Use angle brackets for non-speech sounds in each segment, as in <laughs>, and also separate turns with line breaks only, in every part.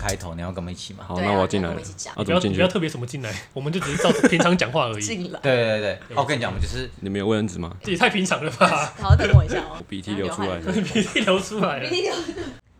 开头，你要跟我们一起吗？
好，
对啊
那我要进
那
来
我
了
们一起讲，
啊，
不
怎
要
么进
不
去
要？特别什么进来， <laughs> 我们就只是照平常讲话而已，
<laughs> 进来。
对对对对，哦，我跟你讲，我们就是
你们有卫生纸吗？
这也太平常了吧？ <laughs>
好，等我一下哦
我， <laughs> 鼻涕流出来
等
了
一下
你鼻涕流出来
<laughs> 流汗。
了。
鼻涕流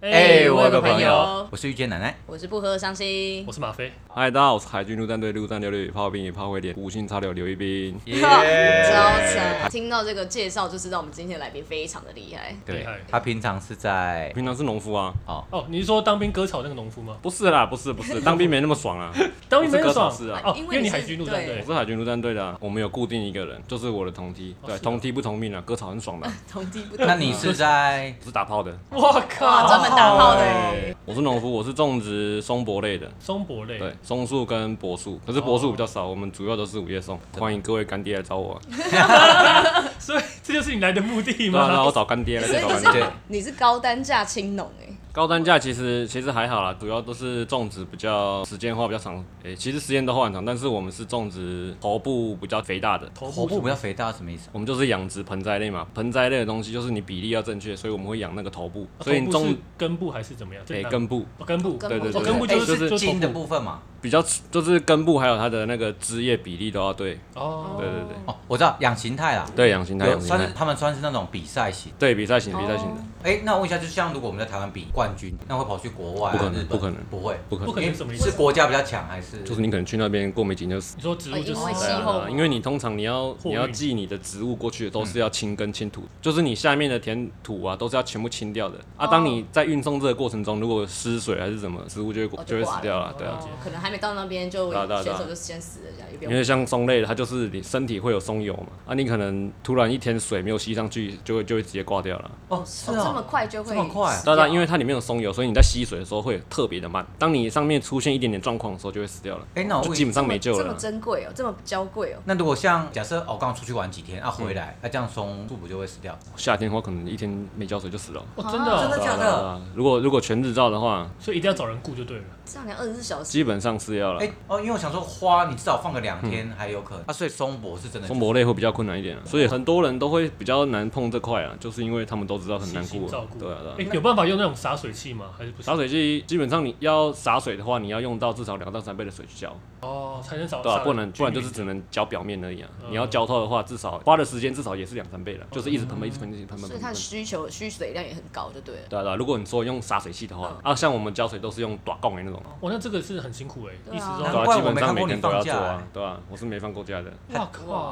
哎，我有个朋
朋
友
友，
我是遇见奶奶，
我是不喝伤心
我，是马飞，
嗨，大家好，我是海军陆战队陆战刘刘宇，炮兵也炮灰脸，五星插柳刘一兵。
耶
超惨。听到这个介绍就知道我们今天的来宾非常的厉害。
对
厉害，
他平常是在
平常是农夫啊，
哦，
哦，你是说当兵割草那个农夫吗？
不是啦，不是不 <laughs> 是，当兵没那么爽啊。
当兵没有爽
我是割草师啊
哦，
因
因
为
为
你
你
是
海军陆战队
我是海军陆战队的啊、我们有固定一个人，就是我的同梯，
哦
对，
是哦
同梯不同命啊，割草很爽的啊、
同地不同，
那你是在
我是打炮的，
我
哇，专
靠，
门打炮的
对，我是农夫，我是种植松柏类的，
松柏类，
对，松树跟柏树，可是柏树比较少，我们主要都是午夜松。欢迎各位干爹来找我啊，
所以这就是你来的目的
对啊，那
吗？
我找干爹来，
所
再
以
找
你
干爹。
是你是高单价青农哎，
高单价其实其实还好啦，主要都是种植比较时间花比较长，诶、其实时间都花很长，但是我们是种植头部比较肥大的，
<laughs> 头
头部
部
比较肥大是什么意思？
我们就是养殖盆栽类嘛，盆栽类的东西就是你比例要正确，所以我们会养那个啊头部，所以你
中
种
根部还是怎么样？
诶、
这
根部
哦根部
根
对对
部
对，
哦根部就是
就
就是是
哎筋的
头部
部分嘛。
比较就是根部还有它的那个枝叶比例都要对，
哦
对对对
哦，我知道养形态啦，
对养形态
有
养形
算是
态，
他们算是那种比赛型。
对比赛型比赛型的，
哎，那我问一下，就像如果我们在台湾比冠军，那会跑去国外啊？
不可能
日本
不可能
不会，
不可
不可
能，
能
因为
什么意思
是国家比较强还是？
就是你可能去那边过没几天就死。
你说植物就
哦因为
是
气候嗯
对啊因为你通常你要
货运
你要寄你的植物过去，都是要清根清土，就是你下面的填土啊，都是要全部清掉的啊。
哦
当你在运送这个过程中，如果有湿水还是什么，植物就会
哦
就会
挂
死
了
掉了，对啊。
哦可能还没到那边就
对啊对啊对
选
啊
手就先死了这样，也不
因
用哦
为像松类的，它就是你身体会有松油嘛，啊，你可能突然一天水没有吸上去，就会就会直接挂掉了。
哦，是
这么
哦，
快就会
这么快
死
当
掉
然，因为它里面有松油，所以你在吸水的时候会特别的慢。当你上面出现一点点状况的时候，就会死掉了，
哎，那我
就
问
基
一
本
下，
上没救
这
了
么
啦。
珍贵哦，这么娇贵哦。
那如果像假设哦，我刚出去玩几天啊，回来，那这样松树不就会死掉？
夏天的话，可能一天没浇水就死了。
哦真
啊
的
真的
哦，
假
对啊对
的？
啊如果如果全日照的话，
所以一定要找人雇就对了。
这样两二十四小时，
基本上是要了。
哎哦，因为我想说花，你至少放个两天还有可能啊，所以松柏是真的
松柏类会比较困难一点、啊，所以很多人都会比较难碰这块啊，就是因为他们都知道很难
细
过、
心照
啊
顾，。
对啊，对啊。
哎，有办法用那种洒水器吗？还是不行？
洒水器基本上你要洒水的话，你要用到至少两到三倍的水去浇，
哦，才能少
对啊，
少
不能
居
不然就
民
是只能浇表面而已啊。
嗯
你要浇透的话，至少花的时间至少也是两三倍了，就是一直喷喷，一直喷，一直喷喷
所
喷
以它
喷
的。需求需水量也很高，就对了。
对啊对啊，如果你说用洒水器的话，啊，像我们浇水都是用短杠的那种，
哇，哦那这个是很辛苦哎、欸，
对啊
意思
对
说，
难
啊，
怪
基
我
本
没
上
看
每
过你
天都要
放
做
假
啊，对啊，我是没放过假的，
哇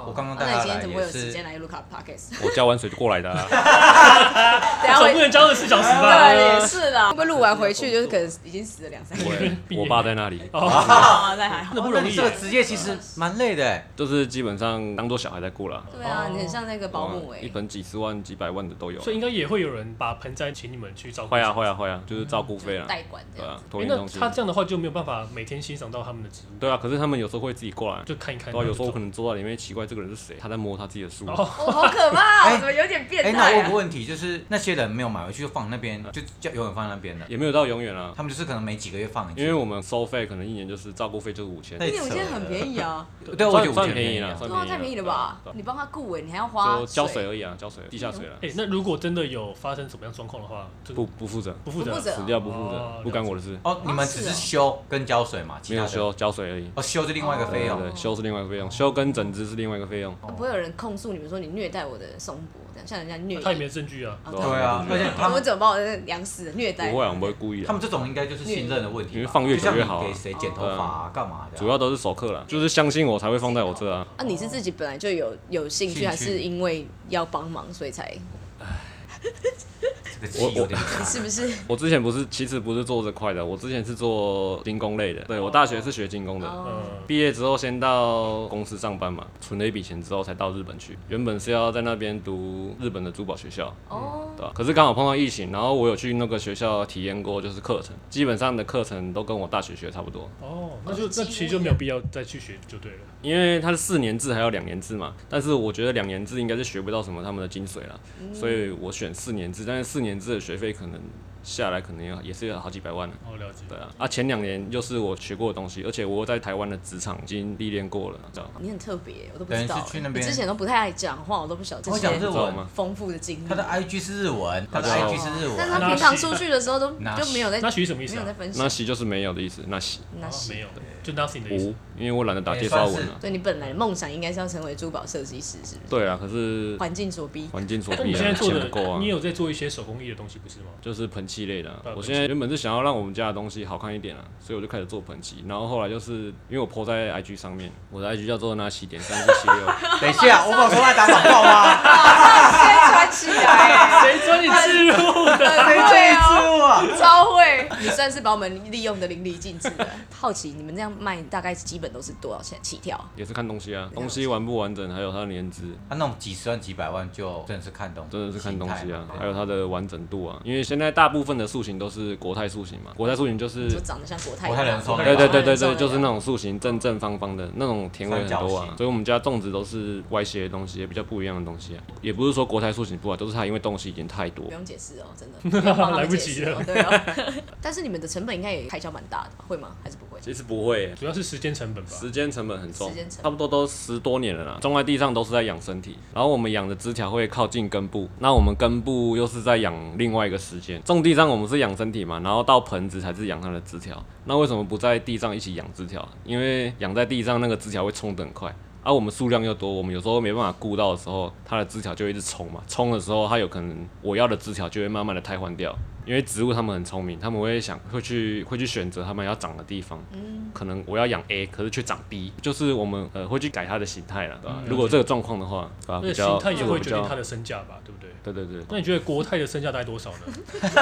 我
靠，
刚刚
啊那
带他
你今天
来
怎么会
也
有时
是，
间来录卡
<laughs>
podcast？
我浇完水就过来的啊。
等一下
总不
会。
能教二十四小时吧？
对，啊也是啦。会不会录完回去就是可能已经死了两三
我 <laughs>
个？
我爸在那里，
哦，
啊，那还好。
<laughs> 那不
哦那
容
你
易
这
欸、
个职业其实蛮累的哎。
就是基本上当做小孩在顾了。
对啊，
哦
你很像那个保姆
哇
哎
欸
一。盆几十万、几百万的都有啊。
所以应该也会有人把盆栽请你们去照顾。
会啊，会啊，会啊，就是照顾费啊，
代管这
对
样
啊
子。，
托
诶
运
哎那
中心
他。这样的话就没有办法每天欣赏到他们的植物，
对啊，可是他们有时候会自己过来，
就看一看。
对啊，有时候我可
能
能坐在里面，奇怪这个人是谁，他在摸他自己的书。啊
哦
哦，好可 <laughs> 怕哦，
哎
怎么有点变
哎，那我
态
有个
啊？
问题，就是那些人没有买回去就放那边，就叫永远放那边的，
也没有到永远啊，
<laughs>
他们就是可能每几个月放一次。
因为我们收费可能一年就是照顾费就是五千
那，也
你们现在很便宜
<laughs>
啊，
对，我觉得
算
五千
便宜
了
了，。算
对啊，太便
便
宜
宜
了吧
对？啊
你帮他顾稳，你还要
对啊
花
就浇水而已啊，浇水，地下水了，
哎、那如果真的有发生什么样状况的话，这个
不不负责，
不负责，
不负责
死掉不负
嗯哦
责，不干我的事，
哦，你们只是修跟浇水嘛，其
没
他
有
的
修浇水而已。
哦，修是另外一个
对
费
对
用。
对，修是另外一个费用，修跟整治是另外一个费用。
不会有人控诉你们说你虐待我的松柏，这样像人家虐
他也
你。
没证据啊。
哦
对啊，而且他
他们
们
怎么把我的粮食虐待？
不会啊，我们不会故意
他
的
们。这种应该就是信任的问题吧，
你们放越久越好啊
就像你给谁剪头发啊干嘛的啊？
主要都是熟客啦，就是相信我才会放在我这啊。
啊，你是自己本来就有有兴
兴
趣，
趣
还是因为要帮忙所以才？
这个气有点大
你 <laughs> 是不是？
我之前不是，其实不是做这块的，我之前是做精工类的。对我大学是学精工的，
嗯哦
呃，
毕业之后先到公司上班嘛，存了一笔钱之后才到日本去。原本是要在那边读日本的珠宝学校，
哦，
对吧？可是刚好碰到疫情，然后我有去那个学校体验过，就是课程，基本上的课程都跟我大学学差不多。
哦，那就那其实就
啊
没有必要再去学就对了。
因为它是四年制还有两年制嘛，但是我觉得两年制应该是学不到什么他们的精髓了，所以我选四年制，但是四年制的学费可能下来可能要也是要好几百万了、
哦，了解。
对啊，啊，前两年又是我学过的东西，而且我在台湾的职场已经历练过了，你知道吗？
你很特别，我都不知
等
道欸
于是去那。
你
边
之前都不太爱讲话，我都不晓得这
我讲日
知
些
道
文，
吗？
丰富的经历。
他的 IG 是日文，他的
知道
IG 是日
但是
文。
他平常出去的时候都
那
就没有在
那许什么
哎
意
没
思
有在
啊？
分
那
享。
喜就是没有的意思，那喜
那
哦
是
没有，就 nothing 的意
无
思。，
因为我懒得打介绍文了、
所以你本来的梦想应该是要成为珠宝设计师，是不是？
对啊，可是
环境所逼，
环境所 <laughs>
那
逼
哎你现在
啊，
做
钱不够
的，
啊
你。有在做一些手工艺的东西，不是吗？
就是喷漆类的啊、
对啊
我
喷漆
现在原本是想要让我们家的东西好看一点啊，所以我就开始做喷漆。然后后来就是因为我 po 在 IG 上面，我的 IG 叫做那喜点三四七六， <laughs>
等一下，我把说他打广告
<laughs>
吗？
宣传起来，
谁准
<laughs>
你自入的？
哦很
谁
会
最
哦，
吃我？
超会！你算是把我们利用的淋漓尽致了。好奇你们这样卖大概基本都是多少钱起跳？
也是看东西啊，
看
东西完不完整，还有它的年资，
他那种几十万、几百万就真的是看东，
真的是看东西啊
形态，嘛
还有它的完整度啊。因为现在大部分的塑形都是国泰塑形嘛，国泰塑形就是
就长得像国泰
国泰人寿那
哦对对对对
国泰人寿
对，
样
就是那种塑形正正方方的那种甜味很多
三角
啊
形，
所以我们家种植都是歪斜的东西，也比较不一样的东西啊。也不是说国台塑形不好，就是它因为东西已经太多
不，用解释哦，真的不用帮他们
来不
解释
及了
哦对哦，但是你们的成本应该也开销蛮大的吧，会吗？还是不会？
其实不会、
主要是时间成本吧。
时间成本很重
时间成，本
差不多都十多年了啦，种在地上都是在养身体，然后我们养的枝条会靠近根部，那我们根部又是在养另外一个时间，种地上我们是养身体嘛，然后到盆子才是养它的枝条，那为什么不在地上一起养枝条？因为养在地上那个枝条会冲得很快。啊，我们数量又多，我们有时候没办法顾到的时候，它的枝条就会一直冲嘛。冲的时候，它有可能我要的枝条就会慢慢的汰换掉，因为植物它们很聪明，它们会想会去会去选择它们要长的地方。可能我要养 A，可是却长 B，就是我们呃会去改它的形态了，对吧、
嗯
如果这个状况的话，对吧、
那
比
个
较
形态也会决
这个
定它
比较
的身价吧，对不对？
对对对，
那你觉得国泰的身价大概多少呢？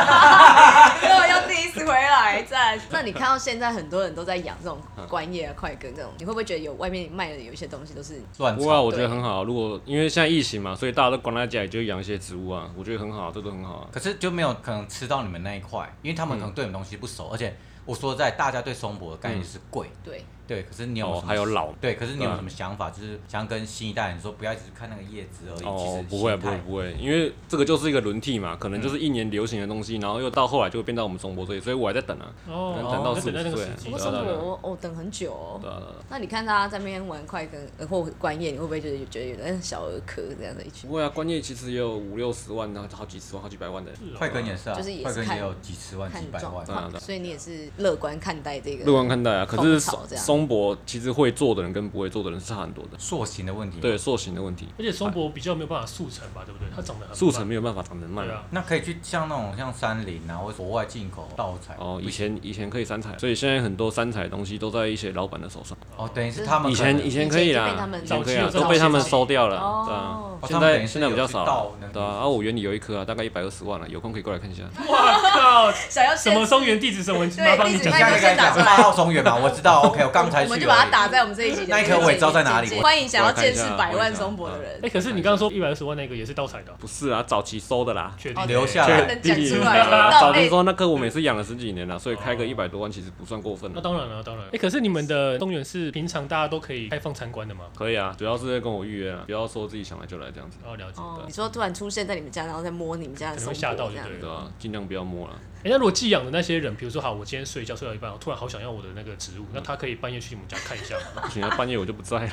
又哎要 diss 回来，赞。那你看到现在很多人都在养这种观叶啊、快根这种，你会不会觉得有外面卖的有一些东西都是
乱
不过啊
炒。
我觉得很好啊。如果因为现在疫情嘛，所以大家都关在家里，就养一些植物
嗯
啊，我觉得很好啊，这都很好啊。
可是就没有可能吃到你们那一块，因为他们可能对你们东西不熟，而且我说实在大家对松柏的概念就是贵，
对？
对。可是你有
嗯哦，
什么
还有老
对，可是你有
对啊
什么想法？就是想要跟新一代人说，不要一直看那个叶子而已。其
哦
实，
不会啊
形
不会
态
不会，因为这个就是一个轮替嘛，可能
嗯
就是一年流行的东西，然后又到后来就变到我们中国这里，所以我还在等啊，可能
哦，
等到
那
四
等
五
待
十
那个
岁
时
啊。
不
机
过
对
松
啊对啊
果哦等很久哦。
对啊对啊
那你看大家在那边玩快跟呃或观叶，你会不会觉得觉得有点小儿科这样的一群？
不会啊，观叶其实也有五六十万，然后好几十万、好几百万的。
是哦
快根也是啊，
就是也是
快根
看
也有几十万、几
看
百
状
万。
对啊对
况，
啊
所以你也是乐观看待这个
乐观看待啊，可是
风
松
潮这样
松柏其实会做的人跟不会做的人是差很多的。
塑形的问
嗯
题，，
对塑形的问题，
而且松柏比较没有办法速成吧，对不对？它长得很慢
速成没有办法长得慢
对。啊，
那可以去像那种像山林啊，或者国外进口盗采
哦，
不
以前以前可以三彩，所以现在很多三彩的东西都在一些老板的手上。
哦，等于是他们
以
可能
前以前可以
以前就被他
啦
们，
以前可以
早
啦，
期有
都被他们
早期
收掉了。对啊，
哦，
哦他
现
们等于
在
是
现在比较
有去
少
盗
了
那个
对啊。啊，我园里有一棵啊，大概一百二十万了，有空可以过来看一下。
哇靠！
想要
什么松园地址什么？
<laughs> 对
麻烦你
地址
你
讲
卖
现。在可以讲是哦八号松园嘛？我知
<laughs>
道，OK，我刚才
我
去而
们
已，
就把它打在我们这一集的
那一颗我也知道在哪里
简介
我
欢迎想要见识
我来看一下
百万松柏的人
哎，，可是你刚刚说一百二十万那个也是盗采的啊，
不是啊，早期收的
<laughs>
啦。
确
哦
定
留下
不
来。
能讲出来。
啊
到
<laughs> 早
哎
期收那棵我们也是养了十几年了，所以开个一百多万其实不算过分
那
了。
当然了，当然。哎，可是你们的公园是平常大家都可以开放参观的吗？
可以啊，主要是跟我预约啊，不要说自己想来就来这样子，
哦，了解。
哦，你说突然出现在你们家，然后再摸你们家的松
可能会吓
果
到
这
就
样
对，了
对啊，尽量不要摸了。
哎，那如果寄养的那些人，比如说好，我今天睡觉睡到一半，我突然好想要我的那个植物，那他可以半夜去你们家看一下吗？
不行啊，半夜我就不在了。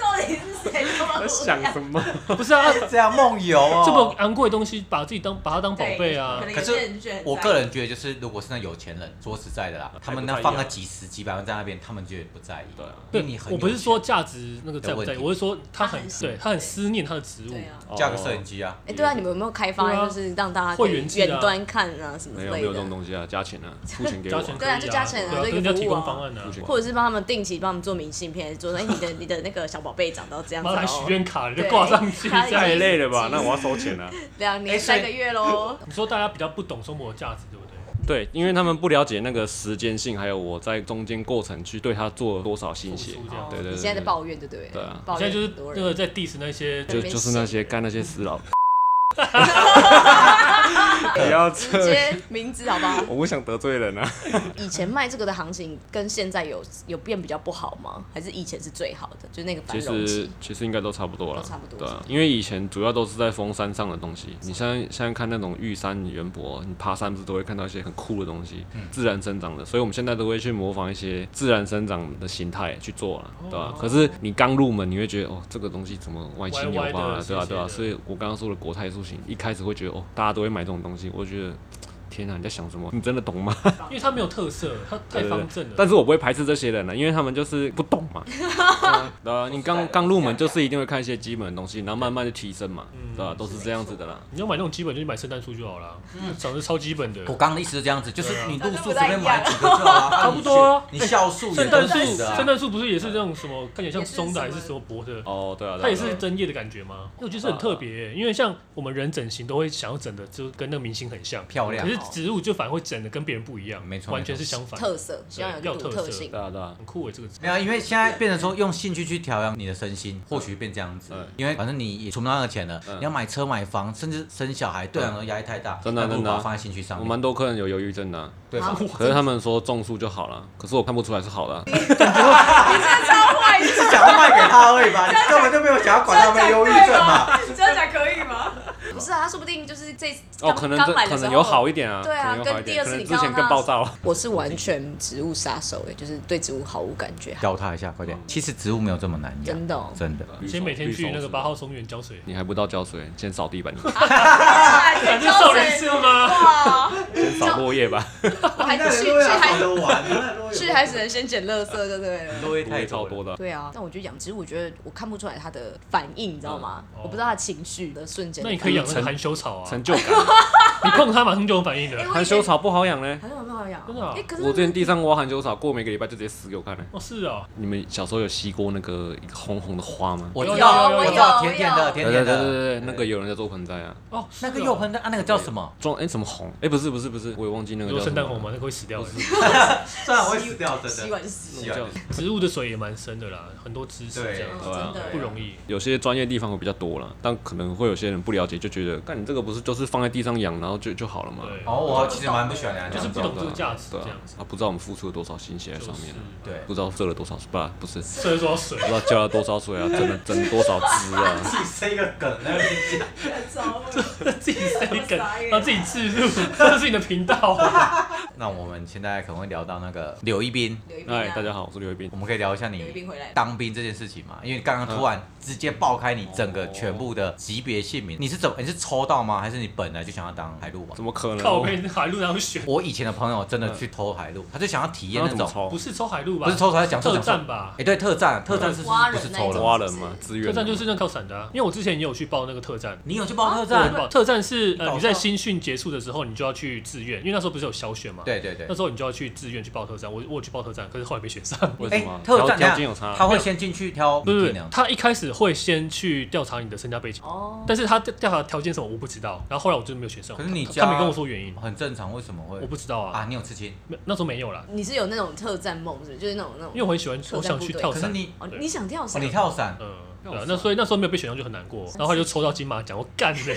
到底是谁
在想什么？
不是啊，
这样梦游哦，
这么昂贵的东西，把自己当把它当宝
<laughs>
贝啊。
可是我个人觉得，就是如果是那有钱人，说实在的啦，他们那放个几十几百万在那边，他们就也不在意。
对啊
因为你很
我
有钱
不是说价值那个在不在
的问
意，
题
我是说他
他
很
很思
对他很思念他的植物
对。啊。
哦
架个摄影机
哦
啊，
哎，对啊，你们有没有开发
对啊
就是让大家可
会
以
员制啊
远端看啊什么
没
之
有没
类
有这种
的？
东西啊，加钱
<laughs>
啊，付钱给我
加
啊，
钱可以
对啊就加钱啊
对啊，
这个
跟人家
服务啊
提供方案啊
付。钱给我
或者是帮他们定期帮他们做明信片，说哎你
<laughs>
的你的那个小宝贝长到这样子
妈来
哦
许，愿卡就
<laughs>
挂上
对
去，这样
太累了吧
其？实
那我要收钱啊。
两年
哎所以
三个月喽。
你说大家比较不懂松柏的价值，对不对？
对，因为他们不了解那个时间性，还有我在中间过程去对他做多少心血
付出
哦
这样。
对对对，
哦你现在在抱怨就对了，
对啊
抱
现在
怨
就是
很多
那
人
个在 diss 那些
<laughs> 就就是那些干那些死老。不要
直
这样，
接明知好不
<laughs>
好？
我不想得罪人啊。
以前卖这个的行情跟现在有有变比较不好吗？还是以前是最好的？就是那个繁
其
荣
实
期。
其实应该都差不多了，
都差不多
对、啊
是，
因为以前主要都是在封山上的东西。你现在现在看那种玉山、园博，你爬山不是都会看到一些很酷的东西，
嗯
自然生长的。所以我们现在都会去模仿一些自然生长的形态去做了，对吧、
哦
可是你刚入门，你会觉得哦，这个东西怎么歪七扭
歪歪
八
的
啊，对吧、
斜斜
对吧、
的
所以我刚刚说的国泰塑形，一开始会觉得哦，大家都会买这种东西，我就觉得。天啊哪，你在想什么？你真的懂吗？
因为它没有特色，它太方正了。
但是我不会排斥这些人啊呢，因为他们就是不懂
<laughs>
嘛。对啊，你刚刚入门就是一定会看一些基本的东西，然后慢慢就提升嘛，
嗯
对啊吧？都是这样子的啦。
你要买那种基本，就去买圣诞树就好了，啊
嗯
长得超基本的。
我刚刚的意思是这样子，就是
对啊
你
但
路
是
数
不
随
太
便
一
买
样
几个
<laughs>
就好啊，
差不多啊
你去你酵素
圣诞树，
也都是的啊
圣诞树不是也是那种什么看起来像松的还是什么薄的？
哦，对啊，
它也是
对啊
针叶的感觉吗？因为我觉得是很特别、因为像我们人整形都会想要整的，就跟那个明星很像，
漂亮
可是植物就反而会整的跟别人不一样，
没错
完全是相反。
特色，希望有一
要
个独
特
特
色
性。
对啊，对啊。
很酷诶，这个字
没有，因为现在变成说用兴趣去调养你的身心，或许变这样子
嗯。
因为反正你也存不到那个钱了，
嗯
你要买车、买房，甚至生小孩，对人啊而压力太大，
真的
那不如
真的
把它放在兴趣上
啊我
面，
蛮多客人有忧郁症的啊，
对
好
吧？
可是他们说种树就好了，可是我看不出来是好的啊。
<laughs> 你真的超坏，
<laughs>
你
是想要卖给他而已
<laughs>
吧，你根本就没有想要管他们忧郁症嘛。
你这样讲可以吗？ <laughs> 不是啊，他说不定就是这
哦，
刚
可能
刚
这
买的
可
时
能
候
有好一点啊，
对
可
啊
能有好一
跟第
点，
二
可
次
能
你
之
看到
前更
他
暴躁了。啊
我是完全植物杀手哎，就是对植物毫无感
<laughs>
觉，
教他一下，快
嗯
点。其实植物没有这么难养，
真的哦
真的。
先每天去那个八号松园浇水，
你还不到浇水，先扫地板，
啊
感觉少人是吗？
哇！
先扫落叶吧，
<laughs>
我还去去还去还只能先捡垃圾就 <laughs> 对了。
<laughs> 都会
落叶超多的啊。
对啊，但我觉得养植物，我觉得我看不出来它的反应，你知道吗？
嗯哦
我不知道它情绪的瞬间。
那你可以养那个含羞草啊，
成就
<laughs>
感。
你碰它马上就有反应
哎
的。
我
含羞草不好养呢，
好像有没有好养？
真的啊
哎，可是
我之前地上挖含羞草，过每个礼拜就直接死给我看呢。
哦，是哦，
你们小时候有吸过那个一个红红的花吗？
我
有
知道，
有有
我知
有
道，甜甜
有
的，甜甜
对对
的。
对对，那个有人在做盆栽啊，
哦，
那个又
很，
喷的啊，那个叫什么？
装哎、什么红？哎、不是不是不是，我也忘记那
你
个
说
叫
圣诞
什
红
么
吗？那个会死掉的。
算了，我会死掉，
洗
真的。
碗洗
<laughs>
<laughs>
洗
了
碗
叫
植物的水也蛮深的啦，很多知识这
对
样
嗯
子
对啊
真的
不容易。
有些专业地方会比较多了，但可能会有些人不了解，就觉得，干你这个不是就是放在地上养，然后就就好了嘛？
对，
哦，我其实蛮不喜欢的，
就是不
这样
懂这个价值
对
这
啊
样子，
啊，不知道我们付出了多少心血在
就
上
是
面啊、
对
不知道射了多少，不啊不是，不
射多少水，
知道浇了多少水
<laughs>
啊，整了整了多少枝啊，
自己塞一个梗在那边讲。
自己塞梗，
傻眼
然后自己自入，这是你的频道啊。
<laughs>
那我们现在可能会聊到那个刘一斌，
<laughs> 哎，大家好，我是刘一斌
我。们可以聊一下
有一
你
病回来，
当兵这件事情嘛？因为刚刚突然直接爆开你整个全部的级别姓名，你是怎么？你是抽到吗？还是你本来就想要当海陆吧？
怎么可能？
靠背海陆然后选，
我以前的朋友真的去偷海陆，他就想要体验
那
那
怎么
种，
抽
不？是抽海陆吧？
不是抽出来讲
特战吧？
哎，对，特战，特战是
挖
不
人
是
那
抽
种
了？
挖人嘛，资源。
特战就是那靠伞的啊，因为我之前也有去报那个特战。
你有去报特
我有
战
哦
去？报特战是
搞
呃
错
你在新训结束的时候，你就要去志愿，因为那时候不是有小选嘛。。
对对对
那。时候你就要去志愿去报特战，我我有去报特战，可是后来没选
<laughs>
上。
为
哎
什么？，
特
条
战
条件有
等下
差。啊
他会先进去挑
不
你
是
技能，
他一开始会先去调查你的身家背景，
哦，
但是他调查条件什么我不知道，然后后来我就没有选上。
可是你
他
家
他没跟我说原因，
很正常，为什么会
我不知道啊，
啊？你有刺青，
没那时候没有啦，
你是有那种特战梦是不是？就是那种那种
因为我很喜欢，
特
我
战
想
部队
去跳
可是
伞。
你
哦，你想跳
哦
伞
你？跳伞，
嗯，对
跳
啊
伞
那所以那时候没有被选上就很难过，然后后来就抽到金马奖，我干
<laughs>
嘞！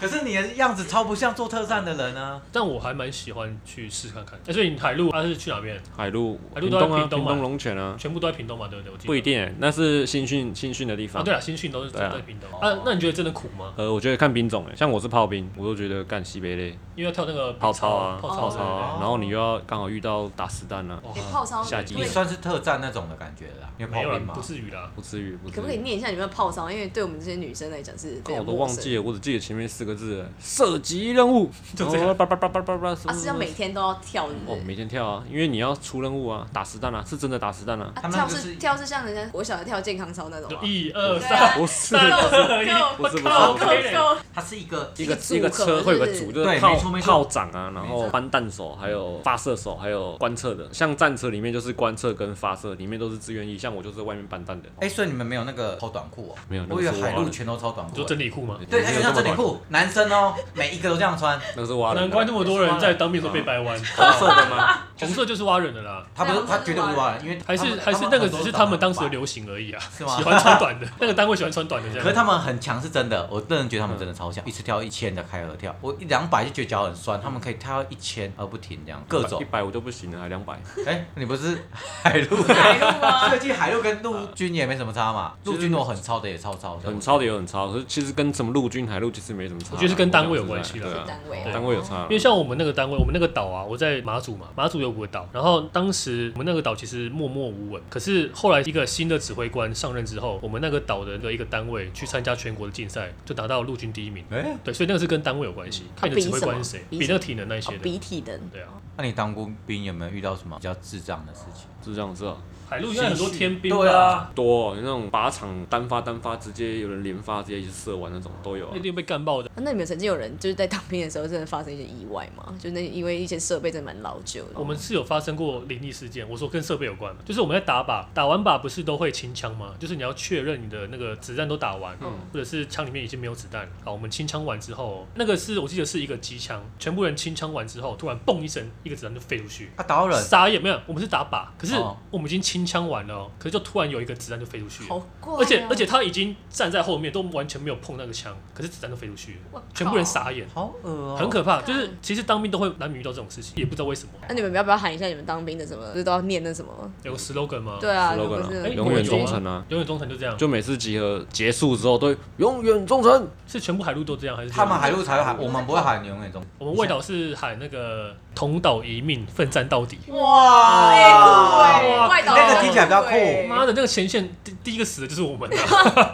可是你的样子超不像做特战的人啊！
但我还蛮喜欢去试看看。哎，所以你海陆他是去哪边？
海陆、
海陆
屏
都在
东啊，
屏东
屏
嘛
东龙泉啊，
全部都在屏东嘛，对不对？我记得
不一定欸，那是新训新训的地
啊。
方。
对了，新训都是都
对啊
在屏东
哦
啊。那你觉得真的苦吗？
呃，我觉得看兵种欸，像我是炮兵，我都觉得干西北类
因为要跳那个
炮操啊，
炮
操
炮操
哦
啊，然后你又要刚好遇到打实弹啊，
哇
你
哎
哎炮操
下级
你
对
算是特战那种的感觉啦，因为
没
炮
有啦
兵，嘛
不。至于啦。
不至于，不
你
至
可不可以
于。
念一下你们的炮操？因为对我们这些女生来讲是非
但哦我
常
都
陌
忘
生。
记了，我只记得前面四个字，射击任务， <laughs>
就
然
这样
后叭叭叭叭叭叭，
啊，是要每天都要跳是
嗯
不
哦
是？
每天跳啊，因为你要出任务啊，打实弹啊，是真的打实弹啊，
啊，
他们
跳
就是
是跳是像人家我小的跳健康操那种
就
啊。
一二
对
三
啊，
不是
三二一，
不是不是
我靠
<laughs>
不是
够
<laughs>，OK 嘞
够！
它是一个
一个
一
一
个
个
组合
车会有个
是不是
组，就
对
是炮
没错没错
炮长啊，然
没
后
错
翻弹手，还有发射手，还有观测的。像战车里面就是观测跟发射，里面都是自愿意。像我就是外面搬弹的。
哎，所以你们没有那个超短裤哦，
没有那个
我以为
是
海
蛙
陆
的
全都超短
你
裤
说
欸。
真理裤吗？
对，它
没
就
有
像
这
真
么
理裤，男生哦，每一个都这样穿，
那个是蛙人的
难怪那么多
<laughs>
人在当兵的时候被掰弯，
啊
红色的
<laughs>
吗？
<laughs> 红色就是蛙人的啦。
他不是
对
他
他们
绝对不是蛙人，因为
<laughs> 还
他
是
们
还是
他们
那个
很多
只是
都
他们当时
长得很
的流行而已啊，
是吗
喜欢穿短的，那个单位喜欢穿短的这
白
样。
可是他们很强，是真的，我个人觉得他们真的超
嗯
强，一次跳一千的开合跳，我一两百就觉得脚很酸，他们可以跳一千而不停这样，各种
一。百我就不行了，还两 <laughs> 百。
哎，你不是海陆？
海
<laughs>
陆吗？
<laughs> 最近海陆跟陆军也没什么差 <laughs> 嘛，陆军我很超的也超超的，
很超的也很超，可是其实跟什么陆军、海陆其实没什么差啦。
我觉得是跟单位有关系啦
对啊
单位
单位有差啦
因。为像我们那个单位，我们那个岛啊，我在马祖嘛，马祖有五个岛，然后当时我们那个岛其实默默无闻，可是后来一个新的指挥官上任之后，我们那个岛的一个单位去参加全国的竞赛，就拿到陆军第一名。
哎，
对，所以那个是跟单位有关系，看你的指挥官是谁，
嗯比什么
比那个体能那一
哦
些的。
鼻涕的
对啊，
那你当过兵有没有遇到什么比较智障的事情？
是这样子啊，
海陆应该很多天兵
对啊
啊，
多哦有那种靶场单发单发，直接有人连发，直接一直射完那种都有啊
那一。定被干爆的。
那你们曾经有人就是在当兵的时候真的发生一些意外吗？就那因为一些设备真的蛮老旧的。
我们是有发生过灵异事件，我说跟设备有关，就是我们在打靶，打完靶不是都会清枪吗？就是你要确认你的那个子弹都打完，
嗯
或者是枪里面已经没有子弹了。好，我们清枪完之后，那个是我记得是一个机枪，全部人清枪完之后，突然嘣一声，一个子弹就飞出去。
啊，打到人，
傻眼没有，我们是打靶，可是
哦
我们已经清枪完了哦，可是就突然有一个子弹就飞出去了，
好怪哦、
而且而且他已经站在后面，都完全没有碰那个枪，可是子弹都飞出去
我
了
靠，
全部人傻眼，
好恶哦，
很可怕。
干
就是其实当兵都会难免遇到这种事情，也不知道为什么。
那你们要不要喊一下你们当兵的什么？不是都要念那什么吗？
有 slogan 吗？
对啊，
哦 slogan
不
啊
是
哎
永远忠诚啊！
永远忠诚就这样，
就每次集合结束之后都永远忠诚，
是全部海陆都这样，还是
他们海陆才会喊，我们不会喊永远中。
我们卫岛是喊那个同岛一命，奋战到底。
哇
哎酷哎外岛
那个听起来比较
真的很
酷。
妈的，那个前线第第一个死的就是我们啊！
<laughs>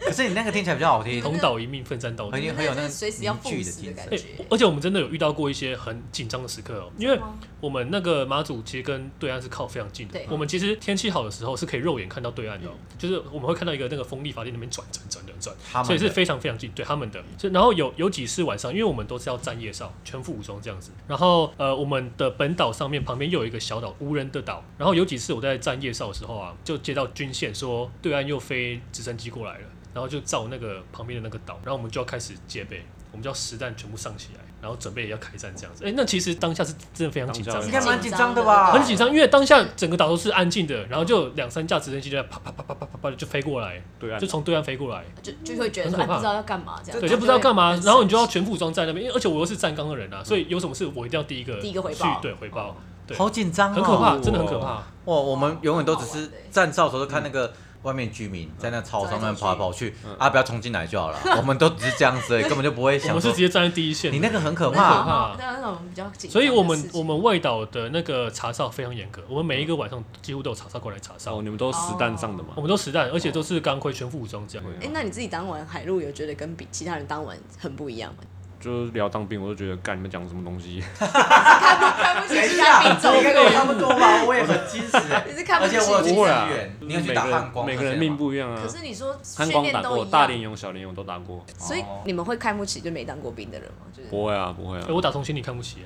可是你那个听起来比较好听，
同岛一命，奋战到
很
底。
有很有那个
随时要
凝聚
赴死的
精
感
神。
哎、
觉。
而且我们真的有遇到过一些很紧张的时刻哦、因为我们那个马祖其实跟对岸是靠非常近的
嗯对。
我们其实天气好的时候是可以肉眼看到对岸的哦、就是我们会看到一个那个风力发电那边转转转转转，
他
所以
们
是
的
非常非常近，对他们的。就然后有有几次晚上，因为我们都是要站夜哨，全副武装这样子。然后呃，我们的本岛上面旁边又有一个小岛，无人的岛。然后有几次我在站夜哨的时候啊，就接到军线说对岸又飞直升机过来了，然后就照那个旁边的那个岛，然后我们就要开始戒备，我们就要实弹全部上起来，然后准备要开战这样子。哎，那其实当下是真的非常紧张
当下
应
是
该蛮紧张的吧？
很紧张，因为当下整个岛都是安静的，然后就有两三架直升机就在啪啪啪啪啪啪啪就飞过来，
对啊
就，从对岸飞过来。
就就会觉得说，
很
哎，
可怕
不知道要干嘛这样，
对，就不知道干嘛，然后你就要
去
全副武装在那边，因为而且我又是站岗的人啊，所以有什么事我一定要第一个
第一个回
去
报
对回报，对，
好紧张哦，
很可怕，真的很可怕。
哇！我们永远都只
好
是
玩欸
站哨的时候都看那个外面居民在那草上面
走
跑
来走去
来跑去啊，不要冲进来就好了。我们都只是这样子
<laughs>
而已，根本就不会
我
想
们是
说
直接站在第一线的，
你那个很可
很可
怕。
怕
那那种比较紧张的事情。
所以我们我们外岛的那个查哨非常严格，我们每一个晚上几乎都有查哨过来查
哦，
哨，
你们都实弹上的嘛
我？们都实弹，而且都是钢盔全副武装这样。
哎，那你自己当完海陆有觉得跟比其他人当完很不一样
<laughs>
吗？
就是聊当兵，我就觉得干你们讲什么东西，
看不看不起其他兵种
应该跟我差不多吧，我也很矜持，
你是看不
而
起
且我有去
不会
支
啊
援，你
就
要
是
去
每
打
个
汉
人
光，
每个人
那些吗
命不一样啊
可。是你说
汉
训
光
练
打
都
过，
一
大
样
连，勇、小连勇都打过。
所以你们会看不起就没当过兵的人吗？就是
不会啊，不会啊
哎，。我打从心里看不起，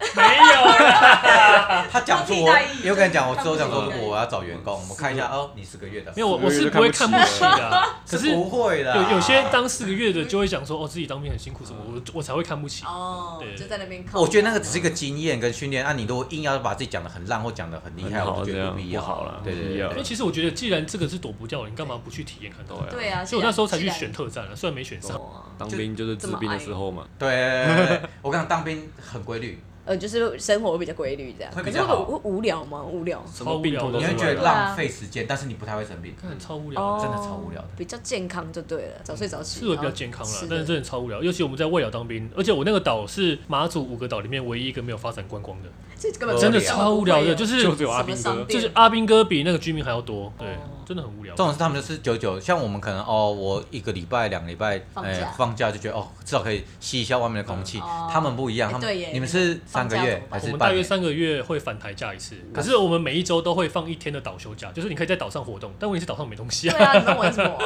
他讲出我
他替代役，
有跟你讲，我之后讲说，
他不
如
是
果我要找员工，我们看一下哦，你四个月的，
<laughs> 没有我
四个
我
月
是
就
不会看
看
不
不
起
起
的啊， <laughs> 可
是
是
不会的啊，
有有些当四个月的就会讲说哦自己当兵很辛苦什么，我我才会看不起。
哦
对，
就在那边靠。
我觉得那个只是一个经验跟训练啊，你如果硬要把自己讲的很烂或讲的很厉害，
很好
我就觉
这
得
样
不必要。
不好啦
对对
不必要
对
因为
对，
其实我觉得，既然这个是躲不掉的，你干嘛不去体验看到？
对啊
对啊，
所以我那时候才去选
既哦
特战了，啊虽然没选上。
然。
当兵就是治病的时候嘛，
对对对我跟你讲，当兵很规律，
呃，就是生活会比较规律这样，
会
可
比
是
较
会
好
会无聊吗？无聊，
什么病痛都
你
出
会觉
来
得
了。
浪费时间，但是你不太会生病。
看超无聊的，
哦，
真的超无聊的，
比较健康就对了，早睡早起，
是会比较健康
了
啦，，但是真的超无聊。尤其我们在外岛当兵，而且我那个岛是马祖五个岛里面唯一一个没有发展观光的，
这根本
真的
超无呃
啊
聊的就是
就只有阿兵哥，
就是阿兵哥比那个居民还要多，对，真的很无聊。
这种是他们就是久久，像我们可能哦，我一个礼拜、两个礼拜，
放
哎
假
放假就觉得哦，至少可以吸一下外面的空气
嗯哦。
他们不一样，
哎
他
对耶
们你们是三个
放假
月还
怎么办
我
是
们
半
大约
年？
三个月会返台假一次，可是我们每一周都会放一天的岛休假，就是你可以在岛上活动，但问题是岛上没东西
对
啊。
啊，你在玩什么啊？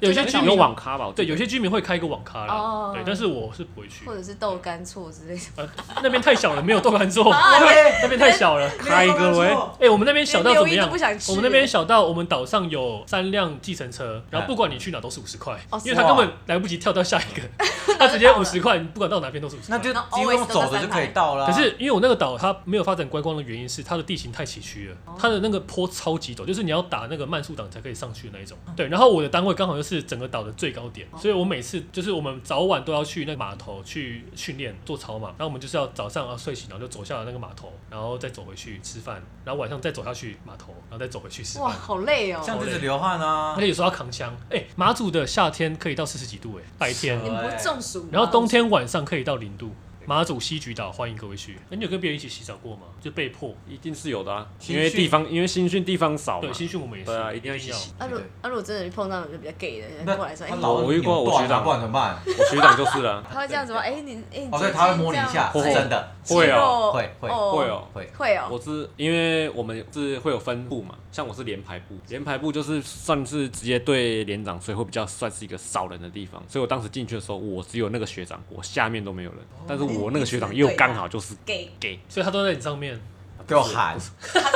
就
有些
就
居
是
民
有网咖吧？我记
对，
得
有些居民会开一个网咖啦
哦，
对，但是我是不会去
或，者是豆干错之类的。
<laughs> 呃，那边太小了，没有豆干做。
啊，对
那边太小了。
开一个喂，
哎、我们那边小到怎
连留
么
一
样？
都不想吃
我们那边小到我们岛上有三辆计程车，然后不管你去哪都是五十块
哦，
因为他根本来不及跳到下一个，他直接五十块，你不管到哪边都是五十
那
块。
就
那
几乎
always
用走的就可以到了啊。
可是因为我那个岛它没有发展观光的原因是它的地形太崎岖了，它的那个坡超级陡，就是你要打那个慢速档才可以上去的那一种。对，然后我的单位刚好又是整个岛的最高点，所以我每次就是我们早晚都要去那个码头去训练做草马，然后我们就是要早上啊睡醒，然后就走下那个码头，然后再走回去吃饭，然后晚上再走下去码头，然后再走回去吃
哇，
饭。
好累哦
这。样子流汗啊
而，且有时候要扛枪，哎、马祖的夏天可以到四十几度、哎，白天
是
你们不会中暑吗？
然后冬天晚上可以到零度。马祖西局岛欢迎各位去。哎，你有跟别人一起洗澡过吗？就被迫。
一定是有的啊，
新
因为
训
地方因为新训地方少嘛
对，。新训我们也是。
对啊一定要一起
要。
洗
啊，如啊，如果真的碰到就比较 gay 的人
那
过来说，哎、
他
你，
老
我遇过我
扭断啊
学长
不然怎么办？
我学长就是啊啦
<laughs> 他会这样子吗？哎、你哎，你
哦，
最
对，
近
他会摸你一下，
这
是
样
真的
会哦，
哦
会会
会哦
会。
会哦，
我是因为我们是会有分部嘛，像我是连排部，连排部就是算是直接对连长，所以会比较算是一个少人的地方。所以我当时进去的时候，我只有那个学长，我下面都没有人，但哦是我那个学长又刚好就是
gay，
gay，
所以他都在你上面，
给我喊，
他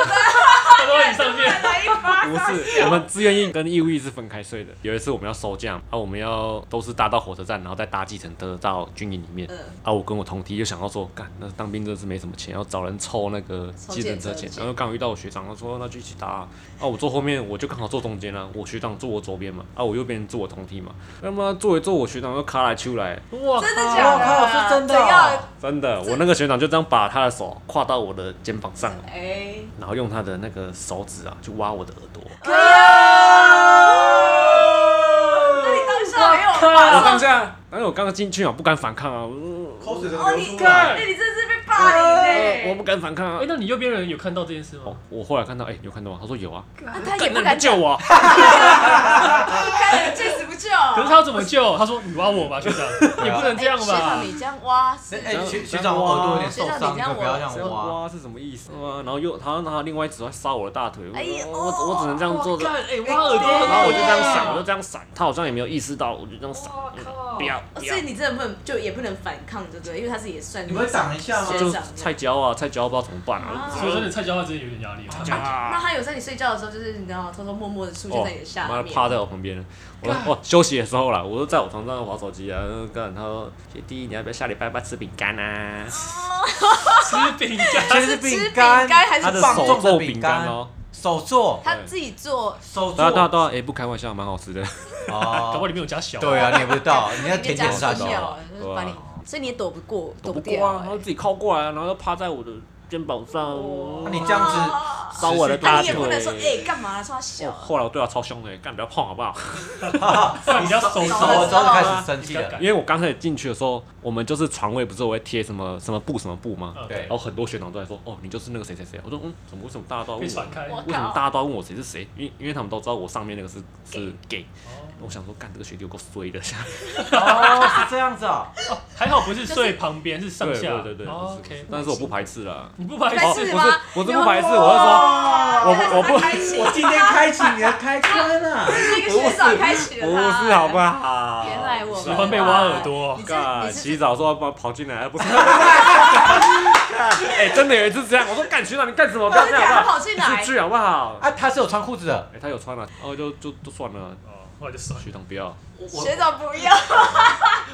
都在你上面。
来一发
不 <laughs> 是，我们自愿役跟义务役是分开睡的。有一次我们要收假，啊，我们要都是搭到火车站，然后再搭计程车到军营里面。
嗯
啊，我跟我同梯就想到说，干，那当兵真的是没什么钱，要找人凑那个
抽
计程车
计
钱
程车。钱
然后刚好遇到我学长，他说那就一起搭啊。啊，我坐后面，我就刚好坐中间啦、我学长坐我左边嘛，啊，我右边坐我同梯嘛。那么坐一坐，我学长又卡来秋来，
哇，
真的假的？
我靠是真的哦
怎样？
真的，我那个学长就这样把他的手跨到我的肩膀上，
哎、哎
然后用他的那个手指啊，就挖我的耳朵。
那你当下没有
我
吧？
当下，但是我刚刚进去啊，不敢反抗啊，我
口水都
哦，你
哎
那你真是被霸
我
凌
不
嘞、
敢反抗啊
哎，。那你右边人有看到这件事吗？
我后来看到，哎、有看到吗？他说有啊，
啊他也不
那你
敢
不救我啊，
看，见死不救。
可是他要怎么救？他说你挖我吧，学长，也不能这样
哎学
吧
长，？你这样挖是
哎、哎学学
这样
长，我耳朵有点
学
受
长
伤，
你
你
这样
可不要
挖
这
这
样
样
挖。
挖是什么意思吗？然后又他拿另外一只手杀我的大腿，我
哎呦
我我我只能这样做
我
着，
看，哎，挖耳朵，
然后我就这样闪，
哇
我就这样闪，他好像也没有意识到，我就这样闪，嗯不要
哦
不要
所以，你真的不能就也不能反抗，对不对？因为他是也算
你们会挡一下吗
学
就
长
菜椒啊菜椒不知道怎么办啊，
啊
所以说你蔡教他真的有点压力。
菜椒
那
啊，
他有在你睡觉的时候，就是你知道，偷偷摸摸的出现
哦
在你的下
妈的
面。
趴在我旁边，我
<laughs>
我休息的时候啦，我就在我床上划手机啊，然后干他说学弟你要不要下礼拜拜吃饼干啊？
吃饼干，
现在
是
是
吃
饼
干
干，
还是
他的
棒
手
状
做
的
饼
饼
干
干
哦，
手做，
他自己做，
手
对啊对啊
做，
对啊，哎不开玩笑，蛮好吃的。
搞不好
哦，
里面有加小。
对啊，你也不知道，你在
里面
甜
加
点
塑
上
手
哦。
料，就是把你
对，啊
所以你也躲不过，
躲不过
掉
啊，然后
欸。
自己靠过来，然后又趴在我的肩膀上，
那你这样子，
啊
烧我的
啊
大
你
腿。
也不能说哎干嘛说他
哦
小啊，
后来我对他超凶的，干你不要碰好不好？
你要手
手我
手
之后就开始生气
你
了
敢。
因为我刚开始进去的时候，我们就是床位不是我会贴什么什么布什么布吗？
嗯
对
然后，很多学长都在说，哦，你就是那个谁谁谁。我说，嗯，怎么为什么大家都要
被
问
传
我？
开。
我
为什么大家都要问我谁是谁？因为因为他们都知道我上面那个是是 gay。
哦
我想说，干这个学弟有够衰的，
哦，是这样子啊。
还好不是睡旁边，是上
对
下。
对对对。就
哦
是
OK，
但是我不排斥啦。
你不排
但
斥
是
哦
吗
我是我是不排斥，我是说
哇，
我不我不
开启
我今天开启你的开关了。
那个学长开启了
不
他，
是好不好？
原来我们
喜欢被挖耳朵
你是
干
你
洗
是
澡的时候跑跑
<laughs>
进来，不是？ <laughs> 哎、真的有一次这样，我说干学长你干什么？不要
真
这
的
样好
假的
不好？
哎跑进来
出？去好不好？哎、
啊，他是有穿裤子的。
他有穿了、啊，哦就就就算了，
哦，后来就算了。
学长不要，
我我
学长不要，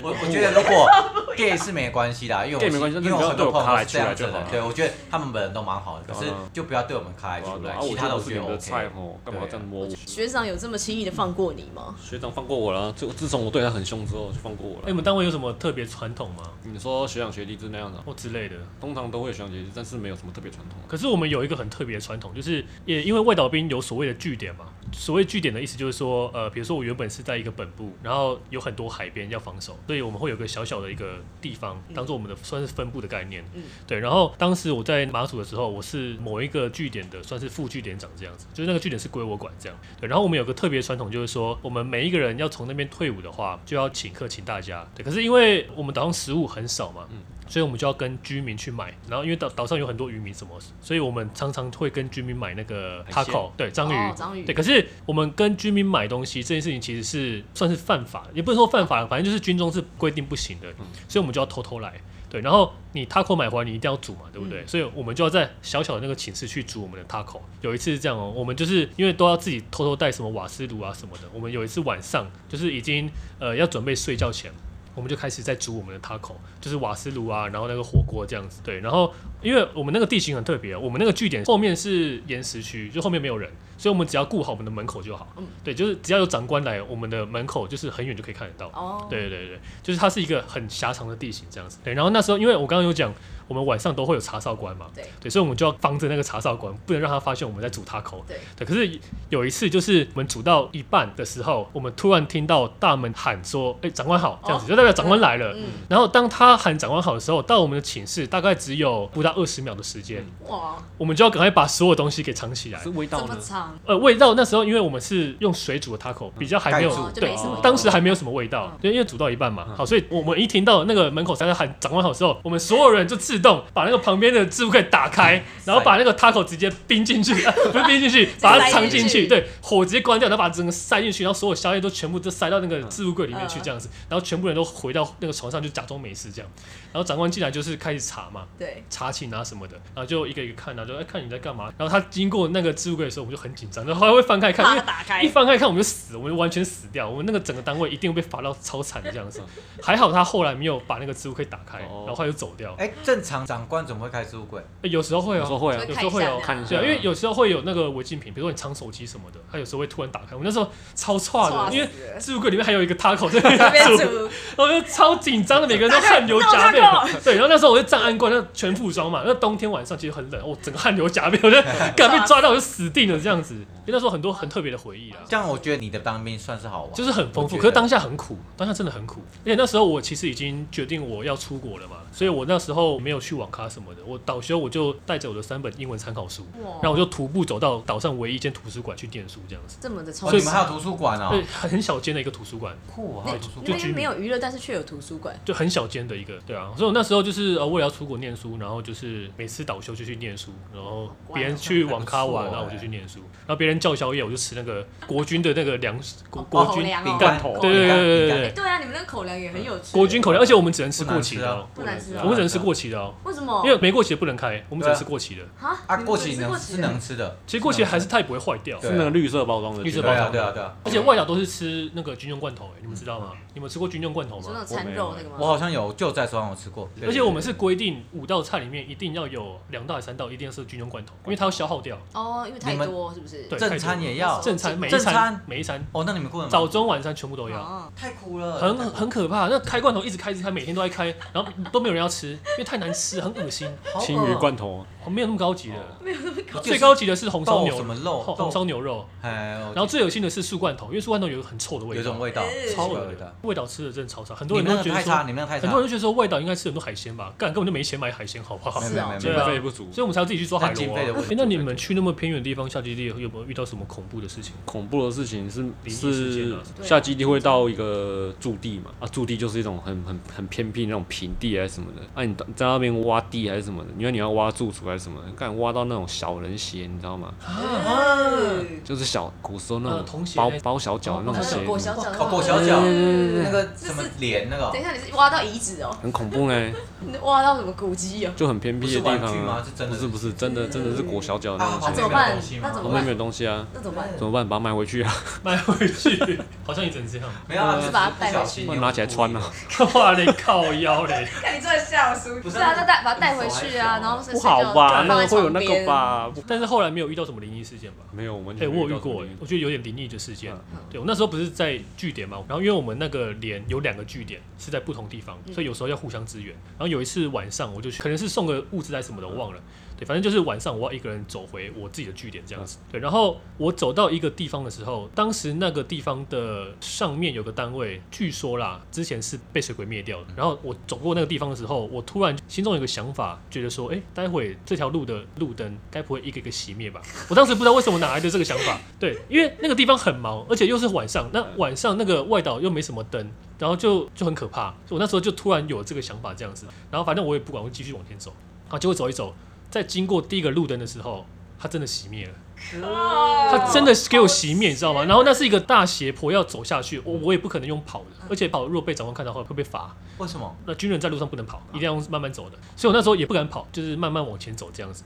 我我觉得如果 gay 是没关系啦，因为我
gay 没关系
因为我很多朋友都是这样
但是
子
你不要对我开来出来就好
的
了。
对，我觉得他们本人都蛮好的，可是
嗯
就不要对我们开来
我要
出来，
啊
其
我
他的
就
我
不是
觉
你
得
们的
OK
菜。哦，干嘛这样摸我？
学长有这么轻易的放过你吗？
学长放过我了，就自从我对他很凶之后，就放过我了。
哎，你们单位有什么特别传统吗？
你说学长学弟是那样的，
或之类的？
通常都会有学长学弟，但是没有什么特别传统。
可是我们有一个很特别的传统，就是也因为外岛兵有所谓的据点嘛。所谓据点的意思就是说，呃，比如说我原本是在一个本部，然后有很多海边要防守，所以我们会有个小小的一个地方，当做我们的算是分部的概念。
嗯
对。然后当时我在马祖的时候，我是某一个据点的算是副据点长这样子，就是那个据点是归我管这样。对。然后我们有个特别传统，就是说我们每一个人要从那边退伍的话，就要请客请大家。对。可是因为我们岛上食物很少嘛，
嗯
所以我们就要跟居民去买。然后因为岛岛上有很多渔民什么，所以我们常常会跟居民买那个
海鲜
taco，对，章鱼，
哦章鱼
对。可是我们跟居民买东西这件事情其实
嗯
是算是犯法的，也不是说犯法，反正就是军中是规定不行的，所以我们就要偷偷来。对，然后你 taco 买回来你一定要煮嘛，对不对？所以我们就要在小小的那个寝室去煮我们的 taco。有一次是这样哦，我们就是因为都要自己偷偷带什么瓦斯炉啊什么的，我们有一次晚上就是已经呃要准备睡觉前。我们就开始在煮我们的 taco，就是瓦斯炉啊，然后那个火锅这样子。对，然后因为我们那个地形很特别，哦我们那个据点后面是岩石区，就后面没有人，所以我们只要顾好我们的门口就好。对，就是只要有长官来，我们的门口就是很远就可以看得到。
哦，
对对对，就是它是一个很狭长的地形这样子。对，然后那时候因为我刚刚有讲，我们晚上都会有查哨官嘛，
对
对，所以我们就要防着那个查哨官，不能让他发现我们在煮 taco。
对，
对，可是有一次就是我们煮到一半的时候，我们突然听到大门喊说：“哎、长官好！”这样子，
哦
就代表长官来了。
嗯，
然后当他喊长官好的时候，到我们的寝室大概只有不到二十秒的时间，
嗯哇，
我们就要赶快把所有东西给藏起来
是。味
这
道
么
呢？
长，
呃，味道那时候因为我们是用水煮的 taco，比较还没有
盖住
就
对
没什
么味，道
当时还没有什么味道
嗯，
对，因为煮到一半嘛。好，所以我们一听到那个门口在喊长官好的时候，我们所有人就自动把那个旁边的置物柜打
嗯
开，然后把那个 taco 直接冰
<laughs>
进去，呃不是冰进去，把它藏进
塞进
去，
去
对，火直接关掉，然后把整个塞进去，然后所有宵夜都全部都塞到那个置物柜里面去，
嗯
这样子，然后全部人都回到那个床上就假装没事这样。然后长官进来就是开始查嘛，
对，
查寝啊什么的，然后就一个一个看啊，就哎、看你在干嘛。然后他经过那个置物柜的时候，我们就很紧张，然后还会翻开看，
怕
因
它
为
打开
一，翻开看我们就死，我们就完全死掉，我们那个整个单位一定会被罚到超惨的这样子。还好他后来没有把那个置物柜打开，
哦
然后他就走掉。
哎、正常长官怎么会开置物柜？
哎有时候会
有时候
哦。
会啊，
有时候会有
看一下
对啊，因为有时候会有那个违禁品，比如说你藏手机什么的，他有时候会突然打开。我那时候超差
哇
的，因为
塞
置物柜里面还有一个 <laughs> taco 在那
这
边
边
煮，
煮，
我就超紧张的，每个人都汗流浃背
大。
对，然后那时候我就站安官，那全副武装嘛。那冬天晚上其实很冷，我哦整个汗流浃背，我 <laughs> 就敢被抓到我就死定了这样子。因为那时候很多很特别的回忆啊，
这样我觉得你的当兵算是好玩，
就是很丰
我
富。
觉得
可是当下很苦，当下真的很苦。而且那时候我其实已经决定我要出国了嘛，所以我那时候没有去网咖什么的，我倒休我就带着我的三本英文参考书，然后我
哇，
就徒步走到岛上唯一一间图书馆去念书这样子。
这么的
哦、
充
所以
你们还有图书馆哦
对，，很小间的一个图书馆，
酷啊！
那
还有图书
那
馆，
边没有娱乐，但是却有图书馆，
就很小间的一个，对啊，所以我那时候就是呃，为了要出国念书，然后就是每次倒休就去念书，然后别人去网咖玩，
哇
然后我就去念书，然后别人叫宵夜，我就吃那个国军的那个粮食国
哦
国
口
军
粮
饼
哦
干
口
头，
对对
饼干
对对
饼
对
干
对
对啊，你们那个口粮也很有趣，
国军口粮，而且我们只能吃过期的哦，
不难吃
不
啊
我们只能吃过期的哦，
为什么？
因为没过期的不能开，我们只能吃过期的。
啊
啊，
你们
过期
吃
能
期
是
的
能吃的，
其实过期还是它也不会坏掉，
对
是那个绿色包装的，
绿色
对
包装
啊对啊对啊，
而且外岛都是吃那个军用罐头，哎，你们知道吗？你们吃过军用罐头
你说
吗？
那种餐肉那个吗？
我好像有就在手上有吃过，对
而且我们是规定五道菜里面一定要有两道还是三道一定要是军用罐头，因为它要消耗掉。
哦，因为太
你们
多是不是？
对
正餐也要
太多了
正餐每一
正
餐
餐
每一餐
哦，那你们过得蛮
早中晚餐全部都要，
哦，
太苦了，
很
太苦了
很可怕。那开罐头一直开一直开，每天都在开，然后都没有人要吃，因为太难吃，很恶心。
哦
青鱼罐头，
我没有那么高级
哦
的，
没有那么高，
就是
最高级的是红烧
豆
牛
什么肉
红
豆
红烧牛肉，
哎，
然后最恶心的是素罐头，因为素罐头有一个很臭的味道，
有种味道，
呃
超
奇
恶
怪
的
的。，
味道吃的真的超差，很多
你
人
们那个
都觉得
太
说，
差，你们那个太
很
差
多，人都觉得说味道应该吃很多海鲜吧，干根本就没钱买海鲜，好不好？
没有
是
没有
哦
没有没
对
有，
啊
经费不足，
所以我们才要自己去抓海
但经
螺、啊
费的问
诶
题
那你们去那么偏远的地方下基地，有没有遇到什么恐怖的
<laughs>
事情？
恐怖的事情是
灵异事件
是
啊
对啊
下基地会到一个驻地嘛？啊，驻地就是一种很很很偏僻那种平地还是什么的。啊，你到在那边挖地还是什么的，因为你要挖住处还是什么的，干挖到那种小人鞋，你知道吗？
啊
哎嗯
就是小古时候那
呃
种
童鞋
包
那
包小脚的那种
哦
鞋，
裹小脚的话，
哦裹小脚
嗯
啊
那个什么脸那个
等一
哦，
下，你是挖到遗址哦，
很恐怖呢，
你挖到什么古迹哦？
就很偏僻的地
不是玩具
方啊
吗是真的
不是不是真的真的是裹小脚的那
啊
种
旁
鞋
边，没有东西吗
那怎么办那怎
旁边没有东西啊，怎么
么办那怎么办？
办？把它买回去啊，
买回去，好像也只能这样。
没有啊，
是
就
把它
不
带回
小
去
心
不然拿起来穿啊。。
<laughs> 哇嘞，靠腰嘞！
看你真的笑书，
不
不
是
是
啊
啊，就带把它带回去啊，然后是
不好吧？那个会有
睡觉放在床
那个
边？
吧？不
<laughs> 但是后来没有遇到什么灵异事件吧？
没有，完
哎、
全没
我有遇
到这个
过、
原
哎
因，
我觉得有点灵异的事件。
嗯
对我那时候不是在据点嘛，然后因为我们那个连有两个据点是在不同地方，所以有时候要互相支援。然后有一次晚上我就去，可能是送个物资还是什么的，我忘了。对，反正就是晚上我要一个人走回我自己的据点这样子。对，然后我走到一个地方的时候，当时那个地方的上面有个单位，据说啦，之前是被水鬼灭掉的。然后我走过那个地方的时候，我突然心中有个想法，觉得说，哎，待会这条路的路灯该不会一个一个熄灭吧？我当时不知道为什么哪来的这个想法，对，因为那个地方很忙，而且又是晚上，那晚上那个外岛又没什么灯，然后就就很可怕。所以我那时候就突然有这个想法这样子，然后反正我也不管，我就继续往前走。啊，结果走一走，在经过第一个路灯的时候，它真的熄灭了，
哦
它真的是给我熄灭，你知道吗？然后那是一个大斜坡，要走下去，我我也不可能用跑的，而且跑如果被长官看到的话会被罚。
为什么？
那军人在路上不能跑，一定要用慢慢走的。所以我那时候也不敢跑，就是慢慢往前走这样子。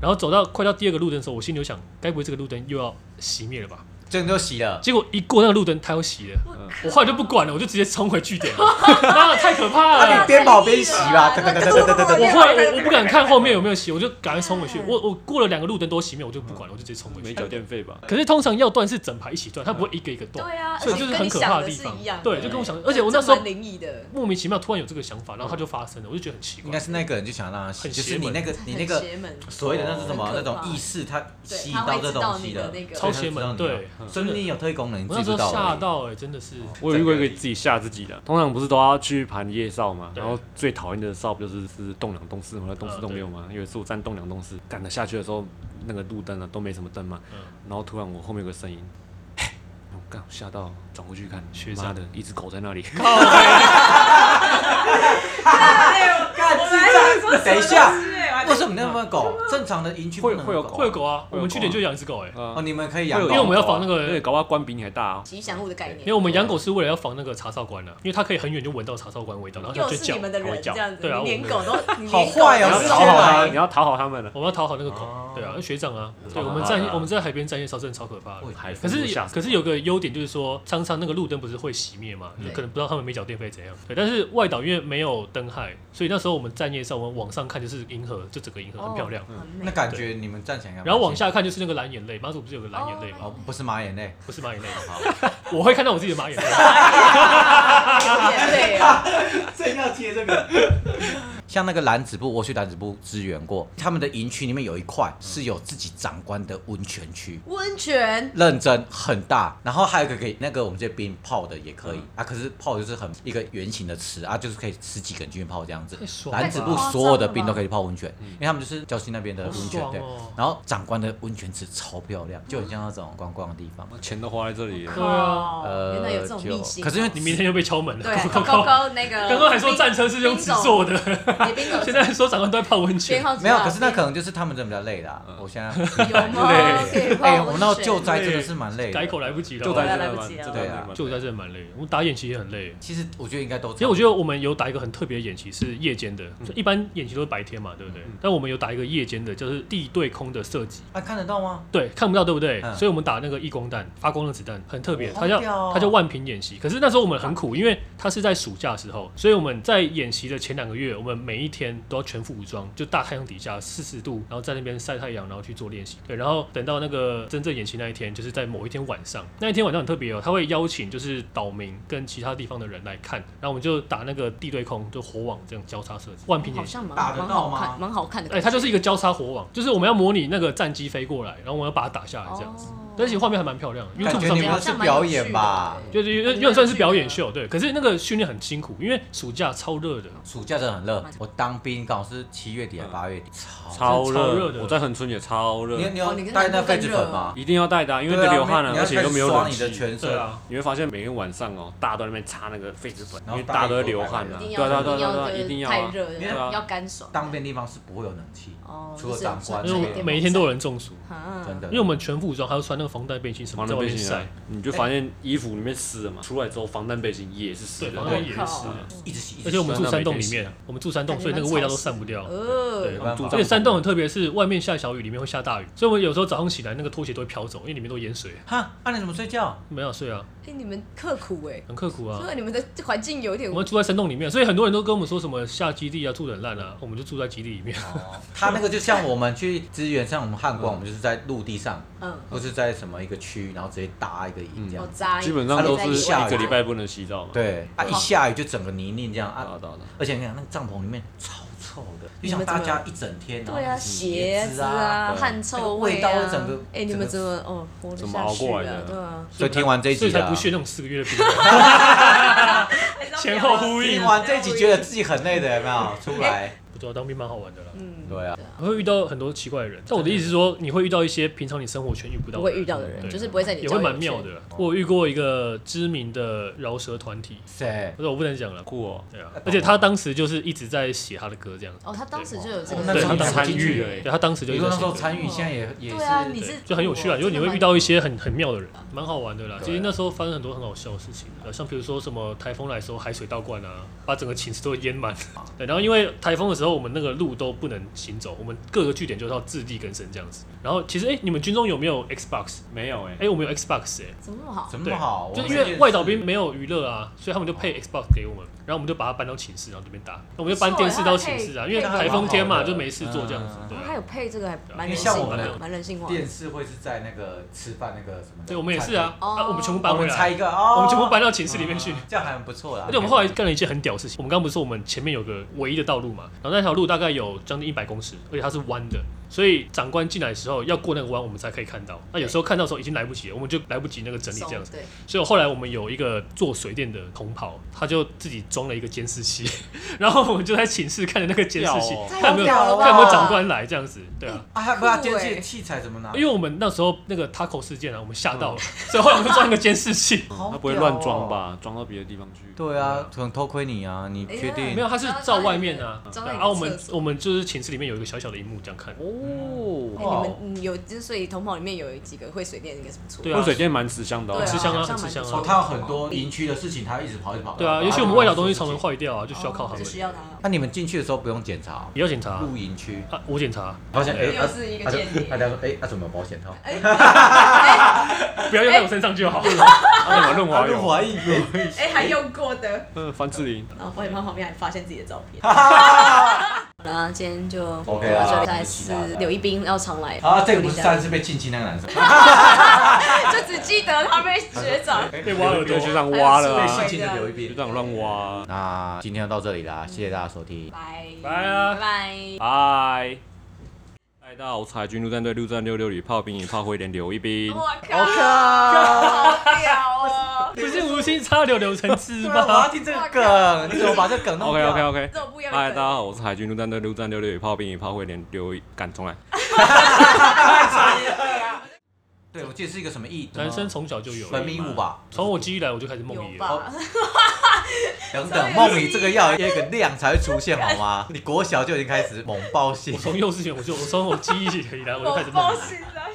然后走到快到第二个路灯的时候，我心里就想，该不会这个路灯又要熄灭了吧？
这个都洗了，
结果一过那个路灯，它又熄了。我后来就不管了，我就直接冲回据点了。妈的，太可怕
那
<laughs>
了！
你边跑边洗吧，噔噔噔噔噔噔
我
噔。
后来我我不敢看后面有没有熄，我就赶快冲回去。我我过了两个路灯都熄灭，我就不管了，我就直接冲回
没
去。
缴电费吧？
可是通常要断是整排一起断，它不
嗯
会一个一个断。
对啊，
所以就是很可怕地
而且跟你想的
方
是一样。的
对，就跟我想的，而且我那时候
这蛮灵异的，
莫名其妙突然有这个想法，然后它就发生了，我就觉得很奇
应
怪
该。是那个人就想让他洗，
很
就
邪
是你
门
那个你那个
很邪门
所谓的那是什么
哦
那
很可怕
种意识，他吸引
对他会
到这东西
知道你的那
所以
个
超
他
邪
知道
门，
你
对，
的
真
说
的
明你有特异功能，你
嗯我
自
那
己
时
不知道欸
候
哦而
吓
已。
到哎、真的是
我有遇过一个自己吓自己的，通常不是都要去盘夜哨吗？然后最讨厌的哨不就是是栋梁栋四或者栋四栋六吗？有一次我站栋梁栋四，赶着下去的时候，那个路灯啊都没什么灯
嗯
嘛，然后突然我后面有个声音， <laughs> 嘿我刚吓到，转过去看
学，长
妈的，一只狗在那
<laughs>
里，
干智障！等一下，为什么那么狗？正常的营区不能
会有
狗
会有狗啊，
会有狗啊
我们据点就养一只狗哎、
哦，
呃，
你们可以
会
养
有
狗，
因为我们要
狗啊
防那个
而且搞不好官比你还大啊。
吉祥物的概念。
因为我们养狗是为了要防那个查哨官啊，因为它可以很远就闻到查哨官味道，然后它
又
就是叫
你，们的
它
人
会叫
这样子，
对啊
你连
我们
狗都你连
好
狗都
坏哦
你要
这
讨
些
好它，
人
啊你要讨好他们了。
我们要讨好那个狗，
哦
对啊，学长啊，对，我们在
讨好它
我们在海边站夜哨真的超可怕的。
喂
还
可是
吓死
可是有个优点就是说，常常那个路灯不是会熄灭嘛，就可能不知道他们没缴电费怎样。对，但是外岛因为没有灯害，所以那时候我们站夜哨，我们往上看就是银河，就整个银河
哦
很漂亮。
很美
那感觉你们站起来干嘛，
然后往下看就是那个蓝眼泪，马祖不是有个蓝眼泪吗？
哦，不是马眼泪，
不是马眼泪， <laughs> 我会看到我自己的马眼泪。
眼泪啊，
<laughs> 正要接这个。 <laughs> 像那个兰子部，我去兰子部支援过，他们的营区里面有一块是有自己长官的温泉区，
温泉
认真很大，然后还有一个可以那个我们这边泡的也
嗯
可以、啊，可是泡就是很一个圆形的池啊，就是可以十几个人进去泡这样子
太。
哎
爽了
男子部所有的
啊
兵都可以去泡温泉，
嗯
因为他们就是礁溪那边的温泉
好爽
对
哦。
然后长官的温泉池超漂亮，就很像那种观光的地方。呃
钱都花在这里了，
对啊
哦原来有这种
就
秘辛。
可是因为
你明天就被敲门了。
对扣扣扣那个，
刚刚还说战车是用纸做的，
的，你 <laughs> 冰狗
现在说长官都在泡温泉
编。号纸啊嗯
没有，可是那可能就是他们真的比较累啦。我现在
<laughs> 有
<laughs>
吗？可以泡
哎，
温
我们
泉
那救灾真的是蛮累
改口
的。
来不及了。哦
就
在
在
这
这啊
里嘛
嘛，
在这
就在
就
这
里
嘛
嘛，
救灾真的蛮累的，我们打演习也很累。
其实我觉得应该都差不
因
多，
为我觉得我们有打一个很特别的演习是夜间的，就一般演习都是白天嘛，对不
嗯
对？但我们有打一个夜间的，就是地对空的射击，
啊看得到吗？
对，看不到对不对？
嗯
所以我们打那个异光弹，发光的子弹很特别，
哦
它叫
好屌哦
它叫万平演习。可是那时候我们很苦，因为它是在暑假的时候，所以我们在演习的前两个月，我们每一天都要全副武装，就大太阳底下四十度，然后在那边晒太阳，然后去做练习。对，然后等到那个真正演习那一天，就是在某一天晚上，那一天晚上很特别哦，他会邀请就是岛民跟其他地方的人来看，然后我们就打那个地对空，就火网这样交叉射击，万平
好
演习。
像蛮
打得
蛮
到
好
吗
看，蛮好看的
哎、
感觉。
它就是一个交叉火网，就是我们要模拟那个战机飞过来，然后我们要把它打下来这样子。
哦
但其实画面还蛮漂亮的
感
，YouTube
觉
上
你
面
们是表演吧？
就是有有点算是表演秀，对。可是那个训练很辛苦，因为暑假超热的，
暑假真的很热，我当兵刚好是七月底还是八月底，超
超
超热的
热，我在恒春也超嗯热
你，有你
哦
有
你跟
带
南
那
部
痱
更
子
热
粉
啊
吗？
一定要带的啊，因为
对
会
啊
流汗了，
你要
而且
开
又
始
没有
刷
冷
你的
气。
全
对
身，
啊，
你会发现每天晚上哦，大家都在那边擦那个痱子粉，
然
因
后
为大家都会流汗
大
啊。
家
对
也
啊，对啊，对啊，对啊，
一
一定
定
要
要就是
啊。
太热，
对
啊
要干爽。
当兵的地方是不会有冷气，
哦，
除了长官
因
那
为
个
我每一天都有人中暑，
<laughs> 真
真
的。
因为我们全副武装，还要穿那个防弹背心什
防
么，在
弹
外
背
面
心啊
晒，，
你就发现衣服里面湿了嘛，出来之后防弹背心也是湿
对，
的
防。弹也
对
是。
一直洗，一直洗
而且我们住山洞里
那
啊
没
面，我们住山洞，所以那个味道都散不掉。
呃
对，
没办
住
法
而
帐
且山洞很特别，是外面下小雨，里面会下大雨，所以我们有时候早上起来那个拖鞋都会飘走，因为里面都淹水，
哈，啊那、你怎么睡觉？
没有睡啊，
哎，你们刻苦哎，
很刻苦啊。
所以你们的环境有点
我们住在山洞里面，所以很多人都跟我们说什么下基地啊，住得很烂啊，我们就住在基地里面。
哦
<laughs> 他那个就像我们去支援，像我们汉光，我们就是在陆地上，
嗯，
或是在什么一个区，然后直接搭一个营这
有
样。
渣，
基本上都是
一
一
下
个礼拜不能洗澡嘛。
对啊，一下雨就整个泥泞这样
啊，
啊，
对啊，对啊。
而且你看那个帐篷里面超臭的，就
你们
像大
怎么
家一整天，然后
对啊，鞋
子
子啊，汗
那个
臭
味
味
道
啊，
会整个
哎，你们
整
怎
个
么哦活得
怎么
下
熬
去
过来
啊？
的
对啊，
所以听完这一
所以
集
才
啊
不，屑那种四个月的兵。 <laughs> 前后呼应
哎
听完这一集觉得自己很累的有没有？出来，
不对啊，当兵蛮好玩的啦。
嗯，
对啊
会遇到很多奇怪的人，但我的意思是说，你会遇到一些平常你生活圈遇不到、
不会遇到的
啊
人，
对
就是不会在你
也
交
会
友
蛮
圈哦
妙的。啦。我有遇过一个知名的饶舌团体，
谁？
不是我不能讲了，
酷哦，
对啊，而且他当时就是一直在写他的歌这样子，
哦，他当时就有这
哦
个，
那
对
时候
他
你
当
参
时
与
对
对他当时就
你
一直
说
在
那时候
写。
参与，现在也也
对啊，
是
你是
就很有趣啊，因为你会遇到一些很很妙的人，蛮好玩的啦。
对啊
其实那时候发生很多很好笑的事情，呃，像比如说什么台风来的时候，海水倒灌啊，把整个寝室都淹满。
啊
对，然后因为台风的时候，我们那个路都不能行走，我们各个据点就是要自力更生这样子。然后其实，哎、你们军中有没有 Xbox？
没有哎
哎、，我们有 Xbox 哎、
怎么那么好？
怎么那么好？
就
我
因
们
为
也
外岛兵没有娱乐啊，所以他们就配 Xbox 给我们，然后我们就把它搬到寝室，然后这边打，那我们就
欸
搬电视到寝室啊，因为台风天嘛，就没事做这样
嗯
子。对
然
啊
后还有配这个，还蛮
因为
人
像
性
我
化
们
的，
的
蛮人性化的。
电视会是在那个吃饭那个什么的。
对，我们也是啊，
哦
啊，我们全
餐
部
厅，
搬
我
回
们拆
来
一，个嗯哦，啊
我们全部搬到寝室里面去。
这样还很不错啦。
而且我们后来干了一件很屌的事情，我们刚刚不是说我们前面有个唯一的道路嘛，然后那条路大概有将近一百公尺，而且它是弯的，所以长官进来的时候要过那个弯，我们才可以看到。那有时候看到的时候已经来不及了，我们就来不及那个整理这样子。
对，
哦
所以后来我们有一个做水电的同袍，他就自己装了一个监视器，
<laughs>
然后我们就在寝室看着那个监视器
屌哦，
看有没有
太屌了吧
看有没有长官来这样子，对啊。
啊，还不知道
酷
监视
欸
器的器材怎么拿，。
因为我们那时候那个 taco 事件啊，我们吓到了，
嗯
所以后来我们装一个监视器
好
他不会
屌
乱
哦
装？吧？装到别的地方去。
对啊，可能偷窥你啊，你
哎呀
确定
没有，他是照外面啊，
装在你
对啊
的
啊，我们
厕所
我们就是寝室里面有一个小小的荧幕这样看，
哎
哦
你们嗯有，就是所以同袍里面有几个会水电，应该是不错。
对啊
喝水电蛮吃香的哦
对啊，，
吃香啊
好像
很吃香啊
蛮
哦
不错，的
他有很多营区的事情，他一直跑，一直跑。
对啊，尤其我们外岛东西常常坏掉啊，就需要靠他
哦
们
就，需
<laughs>
要他。
那你们进去的时候不用检查
也要检查
哦，
啊
露营区
啊，我检查啊，
发现哎，
又是一个
他就
间谍
大家说哎，他怎么有保险套？
哎
不要用在我身上就
哎
好。
<laughs>
啊那么润滑
就
油，
怀疑有
哎，还用过的。
嗯，凡士林。
然后保险箱旁边还发现自己的照片。 <laughs> 那今天就
OK 啦
到这里，再
期
是
待啦
柳一冰要常来，
啊，这个
鼓
不
励
是
一
上
下，
次被近亲那个男生，
<laughs> 哎就只记得他被
<laughs>
学长
哎
被挖耳朵
就这样挖了
被
啊
性，侵的留一
就
遍
这。样乱挖啊，
那今天就到这里啦，谢谢大家收听。
拜
拜啊
拜拜。
拜。嗨，大家好，我是海军陆战队陆战六六旅炮兵与炮灰连刘一兵。
哦我
我
靠，
靠！
好屌哦！ <laughs>
不是无心插柳柳成枝
对啊我要
吗？
听这个梗，你怎么把这个梗弄
OK
掉
OK OK。
这种不一样
嗨，
的
大
梗
家好，我是海军陆战队陆战六六旅炮兵与炮灰连刘一，敢重来。
对，我记得是一个什么意，
男生从小就有，
分泌物吧，
从我记忆来我就开始梦遗
有
了。
吧？
等等，梦里这个要有一个量才会出现好吗？你国小就已经开始猛爆性
我。从幼稚园我就我从我记忆以来我就开始
<laughs> 我
梦
报
遗。
信的。